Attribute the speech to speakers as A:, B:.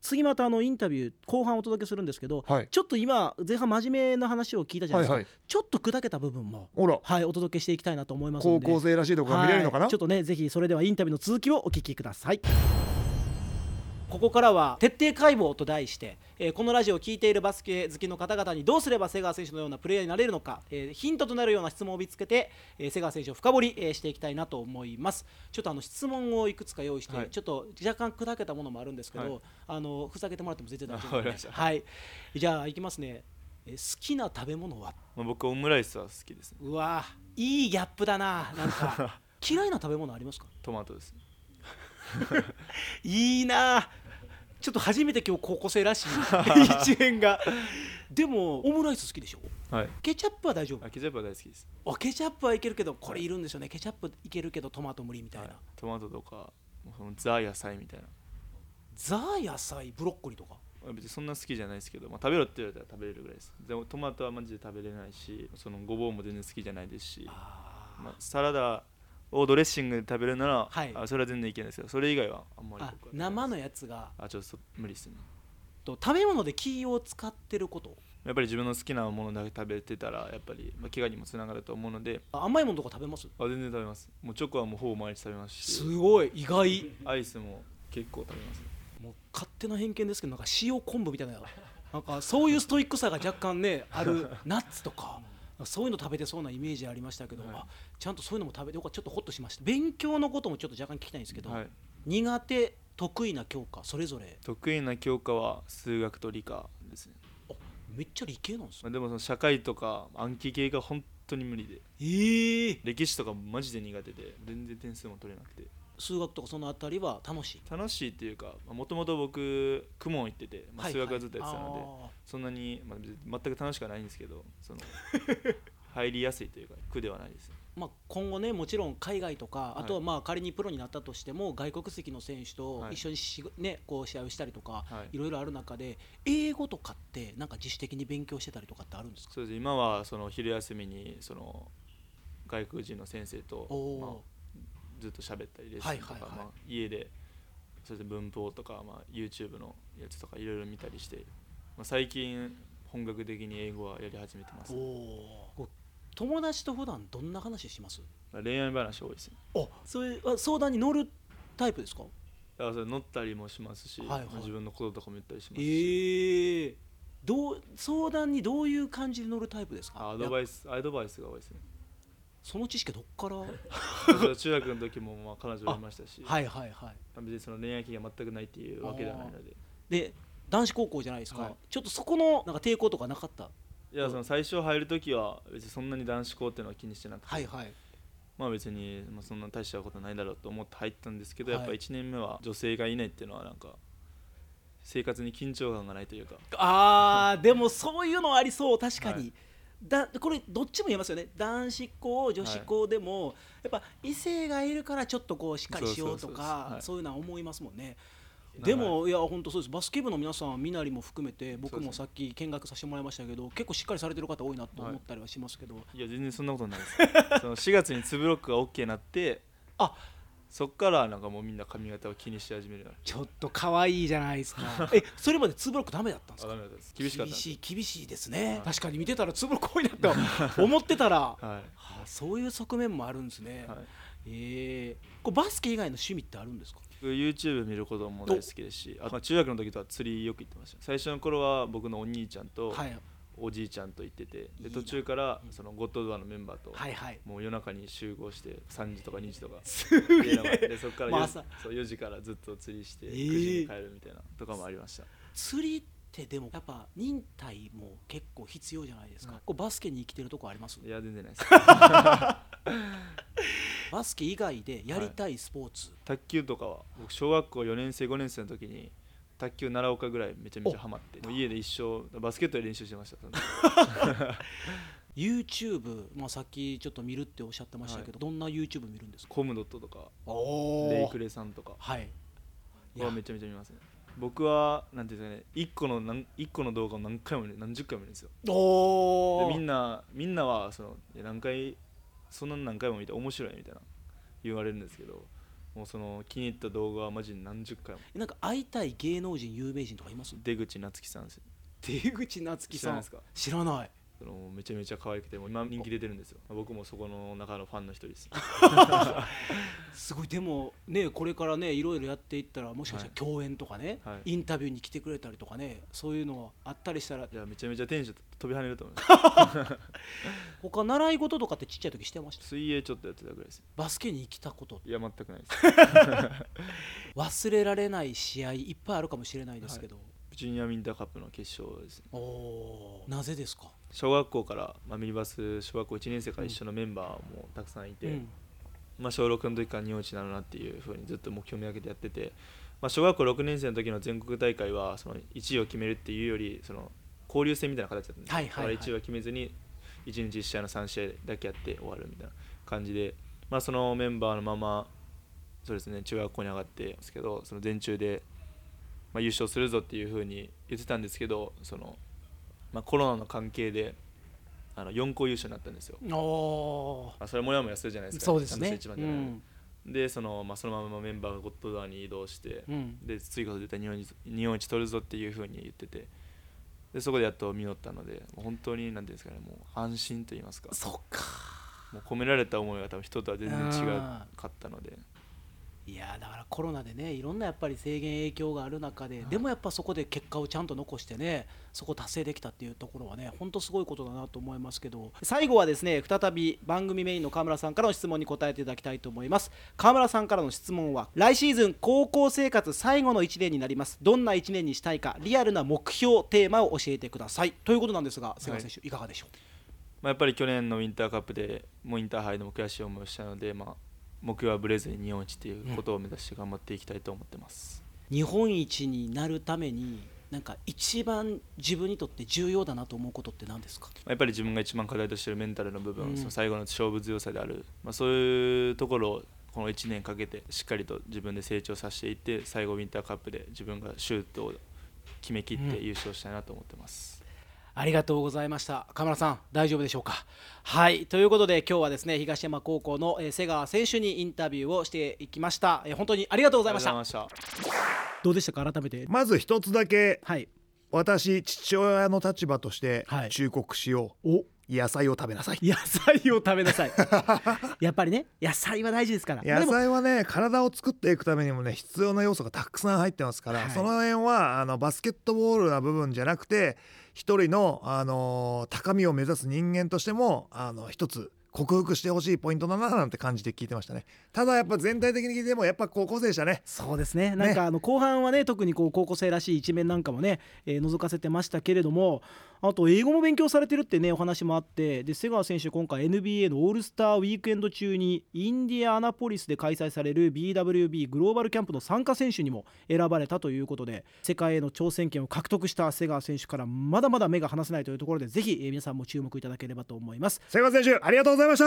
A: 次またあのインタビュー後半お届けするんですけど、
B: はい
A: ちょっと今前半真面目な話を聞いたじゃない
B: は
A: で
B: い
A: すか、
B: はい
A: ちょっと砕けた部分も、
B: ほら
A: はい、お届けしていきたいなと思いますの
B: 高
A: で
B: 校生らしいとこが見れるのかな
A: はいちょっとねぜひそれではインタビューの続きをお聞きくださいここからは徹底解剖と題して、えーこのラジオを聞いているバスケ好きの方々にどうすれば瀬川選手のようなプレーヤーになれるのか、えーヒントとなるような質問を見つけて、えー瀬川選手を深掘り、えーしていきたいなと思いますちょっとあの質問をいくつか用意して、
C: はい
A: ちょっと若干砕けたものもあるんですけど、
C: はい
A: あのふざけてもらっても全然大丈夫
C: わかり
A: で
C: まし
A: す、
C: た
A: はい、じゃあいきますね、えー好きな食べ物は
C: まあ、僕オムライスは好きですね
A: うわいいギャップだななん か嫌いな食べ物ありますか
C: トマトですね
A: いいなちょっと初めて今日高校生 らしい一面がでもオムライス好きでしょ
C: はい
A: ケチャップは大丈
C: あケチャップは大好きです
A: 夫あケチャップはいけるけどこれいるんですよねケチャップいけるけどトマト無理みたいな、
C: はいトマトとかもうそのザ野菜みたいな
A: ザ野菜ブロッコリーとか
C: まあ別にそんな好きじゃないですけど、まあ、食べろって言われたら食べれるぐらいですでもトマトはマジで食べれないしそのごぼうも全然好きじゃないですし
A: あ
C: まあ、サラダをドレッシングで食べるなら、
A: はい
C: あそれは全然いけないですけどそれ以外はあんまり
A: あ
C: 僕は
A: 生のやつが
C: あちょっとそ無理ですね
A: と食べ物で気を使ってること
C: やっぱり自分の好きなものだけ食べてたらやっぱり、まあ、怪我にもつながると思うので
A: あ甘いものとか食べます
C: あ全然食べますもうチョコはもうほぼ毎日食べます
A: す
C: し
A: ごい意外
C: アイスも結構食べます
A: もう勝手な偏見ですけどなんか塩昆布みたいななんかそういうストイックさが若干 ねあるナッツとかそういうの食べてそうなイメージありましたけど、
C: はい
A: あちゃんとそういうのも食べてよかったちょっとホッとしました勉強のこともちょっと若干聞きたいんですけど、
C: はい、
A: 苦手得意な教科それぞれ
C: 得意な教科は数学と理科ですね、
A: あめっちゃ理系なんですね
C: まあ、でもその社会とか暗記系が本当に無理で
A: ええ
C: 歴史とかマジで苦手で全然点数も取れなくて
A: 数学とかそのあたりは楽しい
C: 楽しいっていうかもともと僕公文行ってて、まあ、数学はずっとやってたの
A: は
C: で、
A: いはい
C: そんなに、まあ、別に全く楽しくはないんですけどその入りやすいというか苦ではないです
A: まあ、今後ねもちろん海外とか、
C: い
A: あとはまあ仮にプロになったとしても外国籍の選手と
C: はい
A: 一緒にし、ね、こう試合をしたりとか、
C: はい
A: い、ろいろある中で英語とかってなんか自主的に勉強してたりとかってあるんですか
C: そうです今はその昼休みにその外国人の先生と、
A: おー
C: まあずっと喋ったりレッスンとか、
A: はいはいはい
C: まあ、家でそれで文法とか、まあ、YouTube のやつとかいろいろ見たりして、まあ、最近本格的に英語はやり始めてます、
A: おー友達と普段どんな話します
C: まあ恋愛話多いですね
A: あそれは相談に乗るタイプですか
C: だからそれ乗ったりもしますし、
A: はいはい
C: まあ自分のこととかも言ったりしま
A: え
C: すし、
A: ーどう相談にどういう感じで乗るタイプですか
C: あアドバ
A: イ
C: イスアドバイスが多いですね
A: その知識どっ からは
C: 私は中学の時もまあ彼女いましたし、
A: いはいはい
C: 別にその恋愛期が全くないっていうわけではないので
A: で男子高校じゃないですか、
C: はい
A: ちょっとそこのなんか抵抗とかなかった
C: いやその最初入る時は別にそんなに男子校っていうのは気にしてなくて、
A: はいはい
C: まあ別にまあそんな大したことないだろうと思って入ったんですけど、
A: はい
C: やっぱ1年目は女性がいないっていうのはなんか生活に緊張感がないというか
A: あーでもそういうのありそう確かに、
C: はい
A: だこれどっちも言えますよね男子校女子校でも、やっぱ異性がいるからちょっとこうしっかりしようとかそ
C: そう
A: いうのは思いますもんね
C: はい
A: でもいや本当そうですバスケ部の皆さんみなりも含めて僕
C: そうです
A: も
C: ね
A: さっき見学させてもらいましたけど結構しっかりされてる方多いなと思ったりはしますけど、
C: いや全然そんなことないです その4月にツーブロックが OK になって
A: あ
C: そっからなんかもうみんな髪型を気にし始めるようになる
A: ちょっと可愛いじゃない ですかえそれまでツーブロックダメだったんです
C: あ
A: か
C: ダメだったです厳しかったん
A: 厳
C: です
A: しい厳しいですね、
C: はい
A: 確かに見てたらつぶろこいなと 思ってたら、
C: は
A: あそういう側面もあるんですね、
C: い、はい、
A: ええこれバスケ以外の趣味ってあるんですか
C: 僕 YouTube 見ることも大好きですしあとまあ中学の時とは釣りよく行ってました最初の頃は僕のお兄ちゃんと、
A: はい
C: おじいちゃんと行ってて
A: いいな
C: で途中から
A: うん
C: そのゴッドドアのメンバーと
A: はいはい
C: もう夜中に集合して3時とか2時とか
A: すげ
C: 家の前
A: え
C: でそこから
A: まあ
C: よ
A: 朝
C: そう4時からずっと釣りして
A: え
C: 9
A: ー
C: 時に帰るみたいなとかもありました
A: 釣りってでもやっぱ忍耐も結構必要じゃないですか、
C: うん
A: こうバスケに生きてるとこあります
C: いや全然ないです
A: バスケ以外でやりたいスポーツ、
C: 卓球とかは僕小学校4年生5年生の時に卓球習おうかぐらいめちゃめちゃハマってもう家で一生バスケットで練習してましたその時
A: YouTube、まあ、さっきちょっと見るっておっしゃってましたけど、
C: は
A: どんな YouTube 見るんですか
C: コムドットとか
A: お
C: レイクレさんとか
A: はいいや
C: はめちゃめちゃ見ますね僕はなんていうんですかね1個の何一個の動画を何回も見る何十回も見るんですよ
A: お
C: で
A: ー
C: みんなみんなはそのいや何回そんな何回も見て面白いみたいな言われるんですけどもうその気に入った動画はマジで何十回も
A: なんか会いたい芸能人有名人とかいます
C: 出口夏樹さんです
A: 出口夏樹
C: 知
A: さ
C: らない
A: ん
C: ですか
A: 知らない
C: そのめちゃめちゃ可愛くてもう今人気出てるんですよ僕もそこの中のファンの一人です
A: すごいでもねこれからねいろいろやっていったらもしかしたら
C: はい
A: 共演とかね、
C: はい
A: インタビューに来てくれたりとかねそういうのあったりしたら
C: いやめちゃめちゃテンション飛び跳ねると思います
A: 他習い事とかってちっちゃい時してました
C: 水泳ちょっとやってたぐらいです
A: バスケに来たこと
C: いや全くないです
A: 忘れられない試合いっぱいあるかもしれないですけど、
C: ジュニアウィンターカップの決勝ですね
A: おおーなぜですか、
C: 小学校から、まあ、ミニバス小学校1年生から一緒のメンバーもたくさんいて、
A: うん
C: まあ、小6の時から日本一になるなっていうふうにずっと目標を目がけてやってて、まあ、小学校6年生の時の全国大会はその1位を決めるっていうよりその交流戦みたいな形だったんですよ
A: はいはいはい
C: だから1位は決めずに1日1試合の3試合だけやって終わるみたいな感じで、まあ、そのメンバーのままそうですね中学校に上がってですけどその全中で、まあ、優勝するぞっていうふうに言ってたんですけどその、まあ、コロナの関係であの4校優勝になったんですよ。
A: おー
C: まあ、それもやもやするじゃないですか、
A: そうですね
C: 一番
A: う
C: じゃない
A: ん、
C: でその,、まあ、そのままメンバーがゴッドドアに移動して、
A: うん、
C: で次こそ絶対日本一日本一取るぞっていうふうに言っててでそこでやっと実ったのでもう本当に何ていうんですかねもう安心と言いますか
A: そっか
C: もう込められた思いが多分人とは全然違う
A: あ
C: かったので
A: いやーだからコロナでねいろんなやっぱり制限影響がある中で、
C: はい
A: でもやっぱそこで結果をちゃんと残してねそこを達成できたっていうところはねほんとすごいことだなと思いますけど最後はですね再び番組メインの河村さんからの質問に答えていただきたいと思います河村さんからの質問は来シーズン高校生活最後の1年になりますどんな1年にしたいかリアルな目標テーマを教えてくださいということなんですが瀬川選手、い、かがでしょう
C: まあ、やっぱり去年のウィンターカップでもうインターハイでも悔しい思いをしたので、まあ、目標はぶれずに日本一っていうことを目指して頑張っていきたいと思ってます、
A: 日本一になるためになんか一番自分にとって重要だなと思うことって何ですか
C: まあやっぱり自分が一番課題としているメンタルの部分、
A: うん
C: その最後の勝負強さである、まあ、そういうところをこの1年かけてしっかりと自分で成長させていって最後ウィンターカップで自分がシュートを決めきって優勝したいなと思ってます、
A: ありがとうございました。河村さん、大丈夫でしょうか。はい、ということで、今日はですね、東山高校のえー瀬川選手にインタビューをしていきました。えー本当にありがとうございまし
C: あり
A: た。
C: がとうございました
A: どうでしたか、改めて。
B: まず一つだけ
A: はい。
B: 私父親の立場として
A: はい
B: 忠告しよう、
A: お、
B: 野菜を食べなさい
A: 野菜を食べな さい。やっぱりね、野菜は大事ですから。
B: 野
A: でも
B: 菜はね体を作っていくためにもね必要な要素がたくさん入ってますから、
A: はい
B: その辺はあのバスケットボールな部分じゃなくて一人の、あのー高みを目指す人間としてもあの一つ克服してほしいポイントだななんて感じで聞いてましたねただやっぱ全体的に聞いてもやっぱ高校生でしたね
A: そうですねなんかあの後半はね特にこう高校生らしい一面なんかもね、えー覗かせてましたけれどもあと英語も勉強されてるってねお話もあってで瀬川選手今回 NBA のオールスターウィークエンド中にインディアナポリスで開催される BWB グローバルキャンプの参加選手にも選ばれたということで世界への挑戦権を獲得した瀬川選手からまだまだ目が離せないというところでぜひ、えー皆さんも注目いただければと思います。
B: 瀬川選手ありがとうございました